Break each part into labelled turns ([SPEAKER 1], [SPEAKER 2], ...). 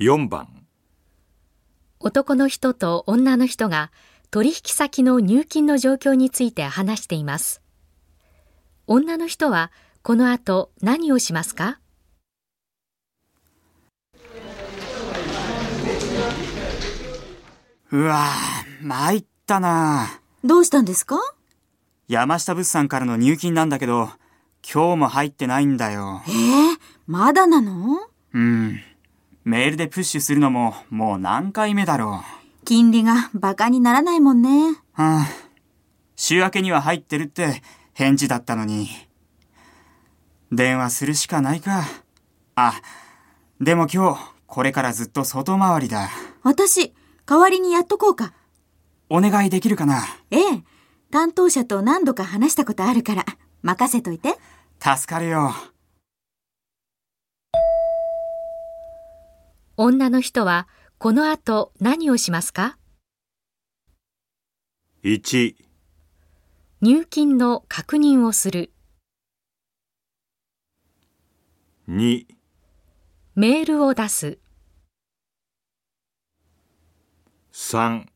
[SPEAKER 1] 4番
[SPEAKER 2] 男の人と女の人が取引先の入金の状況について話しています。女の人はこの後何をしますか
[SPEAKER 3] うわぁ、参ったな
[SPEAKER 4] どうしたんですか
[SPEAKER 3] 山下物産からの入金なんだけど、今日も入ってないんだよ。
[SPEAKER 4] えー、まだなの
[SPEAKER 3] うん。メールでプッシュするのも、もう何回目だろう。
[SPEAKER 4] 金利がバカにならないもんね。
[SPEAKER 3] はあ、週明けには入ってるって返事だったのに。電話するしかないか。あ、でも今日、これからずっと外回りだ。
[SPEAKER 4] 私、代わりにやっとこうか。
[SPEAKER 3] お願いできるかな
[SPEAKER 4] ええ、担当者と何度か話したことあるから、任せといて。
[SPEAKER 3] 助かるよ。
[SPEAKER 2] 女の人はこの後何をしますか
[SPEAKER 1] 1
[SPEAKER 2] 入金の確認をする。
[SPEAKER 1] 2
[SPEAKER 2] メールを出す。
[SPEAKER 1] 3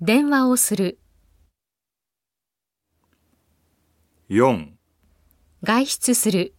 [SPEAKER 2] 電話をする。
[SPEAKER 1] 4
[SPEAKER 2] 外出する。